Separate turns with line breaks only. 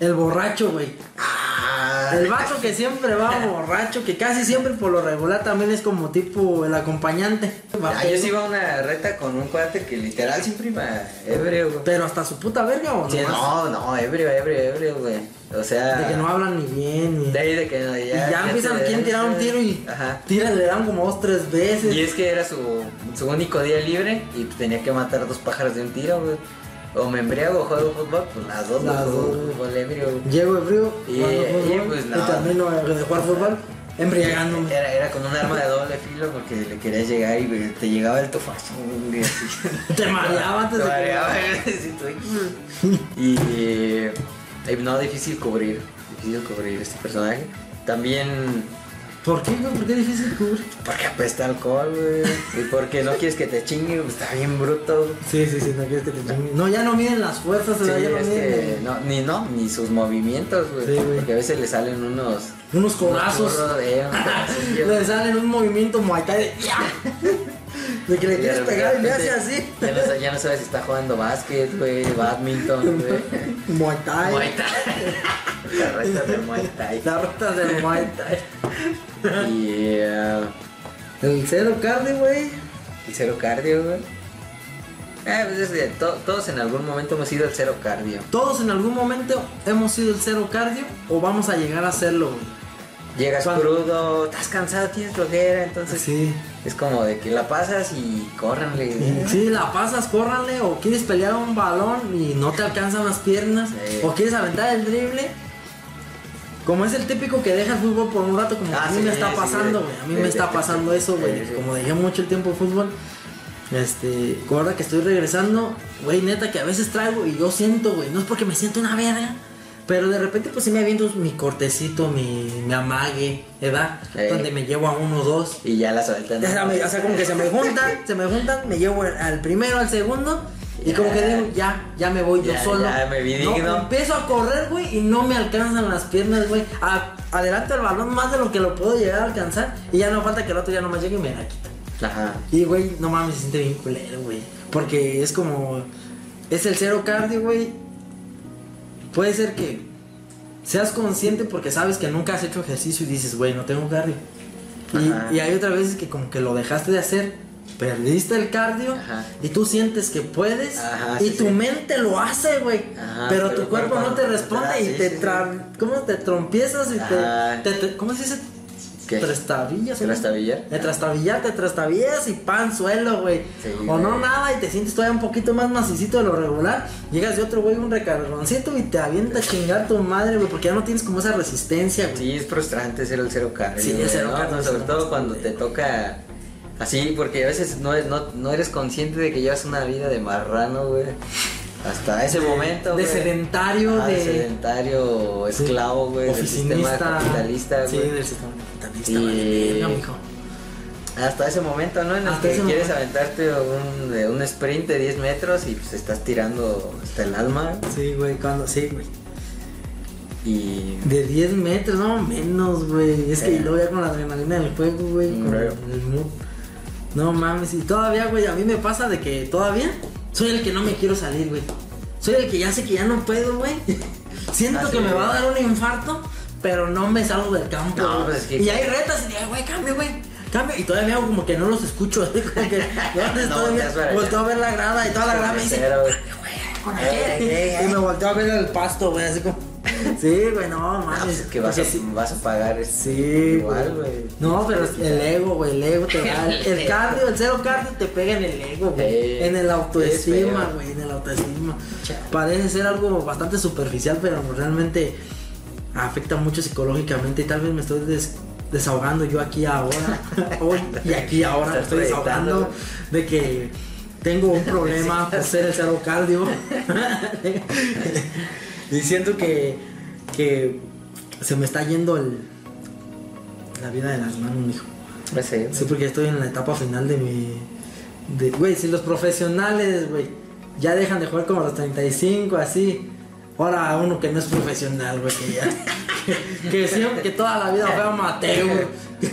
El borracho, güey.
Ah,
El vato que siempre va borracho, que casi siempre por lo regular también es como tipo el acompañante.
Ah, yo sí iba a una reta con un cuate que literal siempre iba ebrio, güey.
Pero hasta su puta verga o
Sí,
nomás?
no, no, ebrio, ebrio, ebrio, güey. O sea.
De que no hablan ni bien. Ni...
De ahí de que no, ya.
y ya, empiezan
te-
quieren tirar un tiro y
Ajá.
tira, le dan como dos, tres veces.
Y es que era su, su único día libre y pues, tenía que matar dos pájaros de un tiro, güey. O me embriago o juego fútbol, pues las dos,
Las
las dos,
dos, güey.
fútbol ebrio, güey.
Llego de frío,
Y-
jugando
y
fútbol,
pues,
y
no. Eh,
termino de jugar fútbol embriagándome.
Era, era con un arma de doble filo porque le querías llegar y güey, te llegaba el tofazo. güey, así.
Te mareaba antes de
Te
que-
mareaba, güey, así, tú. Y eh, no, difícil cubrir. Difícil cubrir este personaje. También
¿Por qué, güey? ¿Por qué difícil cubrir?
porque apesta alcohol, güey. Y porque no quieres que te chingue, pues, está bien bruto. güey.
Sí, sí, sí, no quieres que te chinguen. No, ya no miden las fuerzas,
Sí,
¿verdad? ya no
es
miden.
que no, ni no, ni sus movimientos, güey.
Sí, güey.
porque a veces le salen unos.
Unos
unos
codazos.
churros, eh, unos codazos,
Le salen un movimiento muay thai de ¡ya! De que le
Y
quieres
de
pegar y le hace
repente
así.
Ya no, sa- ya no sabes si está jugando básquet, güey, badminton, güey.
Muay thai.
Muay Thai. La reta de Muay Thai.
La ruta del muay thai.
Y eh,
El cero cardio, güey.
el cero cardio, güey. Eh, pues es de to- todos en algún momento hemos ido al cero cardio.
Todos en algún momento hemos sido el cero cardio o vamos a llegar a hacerlo, güey.
Llegas
¿Cuándo? Ah,
crudo, estás cansado, tienes flojera, entonces
Sí.
es como de que la pasas y córranle. güey.
Si Eh, la pasas, córranle, o quieres pelear un balón y no te alcanzan las piernas,
Sí.
o quieres aventar el drible. Como es el típico que deja el fútbol por un rato, como
Ah,
a mí
sí,
me está
sí,
pasando,
sí,
güey. A mí
sí,
me
sí,
está
sí,
pasando
sí,
eso, güey.
sí, sí.
Como dejé mucho el tiempo de fútbol, este, como ahora que estoy regresando, güey, neta que a veces traigo y yo siento, güey, no es porque me siento una verga, pero de repente pues sí me aviento mi cortecito, mi, mi amague, ¿verdad?
Sí.
Donde me llevo a uno o dos.
Y ya la sueltan.
O sea, me- o sea, como que se me juntan, se me juntan, me llevo al- al primero, al segundo. Y como que digo, ya, ya me voy yo
Ya,
solo.
ya me vi
No,
digno.
empiezo a correr, güey, y no me alcanzan las piernas, güey. A- Adelanto el balón más de lo que lo puedo llegar a alcanzar. Y ya no falta que el otro ya nomás llegue y me la quita.
Ajá.
Y, güey, no mames, se siente bien culero, güey. Porque es como. Es el cero cardio, güey. Puede ser que seas consciente porque sabes que nunca has hecho ejercicio y dices, güey, no tengo cardio.
Ajá.
Y, y hay otras veces que, como que lo dejaste de hacer, perdiste el cardio
Ajá.
y tú sientes que puedes
Ajá,
y
sí,
tu
sí.
mente lo hace, güey.
Ajá,
Pero,
pero
tu
el
cuerpo
cuerpo
no te
no te
responde
da,
y
sí,
te,
sí, sí.
tra- ¿cómo te trompiezas y
Ajá.
te, te- te- ¿Cómo se dice?
¿Qué?
Trastabillas. ¿o no?
¿Trastabillar?
De trastabillar, te trastabillas y pan suelo, güey.
Sí,
o no
güey.
nada y te sientes todavía un poquito más macicito de lo regular. Llegas de otro güey un recargoncito y te avienta a chingar tu madre, güey, porque ya no tienes como esa resistencia, güey.
Sí, es frustrante ser el cero cardio.
Sí, el
güey,
cero
¿no?
cardio es
Sobre todo
frustrante.
cuando te toca así, porque a veces no, es- no, no eres consciente de que llevas una vida de marrano, güey. Hasta ese
De-
momento,
de
güey.
sedentario,
Ah, de...
de-
sedentario, esclavo, güey, del sistema capitalista,
Sí,
güey.
del sistema capitalista,
Y-
vale, verga, mijo.
Hasta ese momento, ¿no? En el
Hasta
que
ese
quieres
momento.
aventarte un, de un sprint de 10 metros y pues estás tirando hasta el alma
Sí, güey, cuando, sí, güey.
y...
De 10 metros, no menos, güey. Es que
Sí.
y luego ya con la adrenalina del juego, güey.
Eh. Mm,
Con
creo.
el mood. No mames, y todavía, güey, a mí me pasa de que todavía soy el que no me quiero salir, güey. Soy el que ya sé que ya no puedo, güey. Siento
Ah,
que
sí.
me va a dar un infarto, pero no me salgo del campo.
No,
güey.
pues es que-
Y hay retas y digo, "Ay, güey, cambio, güey. Cambio. Y todavía me hago como que no los escucho, güey. Como que, ¿dónde
No
estoy?
volteas para allá.
Volteo a ver la grada y toda la grada me dice,
Cero, güey. Eh,
con
Ey, ey,
aquel.
ey.
Y me volteó a ver el pasto, güey, así como. eh, Sí, güey, no
Ah, pues
mames.
es que vas a,
Porque sí-
vas a pagar es
Sí,
igual, güey.
No, pero es el ego, güey, el ego te da. El, el cardio, el cero cardio te pega en el ego, güey.
Sí,
En el
es
autoestima,
feo.
güey, en el autoestima.
Chale.
Parece ser algo bastante superficial, pero realmente afecta mucho psicológicamente. Y tal vez me estoy des- desahogando yo aquí ahora. Hoy y aquí ahora me
Estás
estoy desahogando de que tengo un problema por ser el cero cardio. y siento que, que se me está yendo el, la vida de las manos, mijo.
Pues sí,
Sí, porque estoy en la etapa final de mi. de- Güey, si los profesionales, güey, ya dejan de jugar como a los 35, así. Ahora uno que no es profesional, güey, que ya. que, siempre, que toda la vida fue amateur.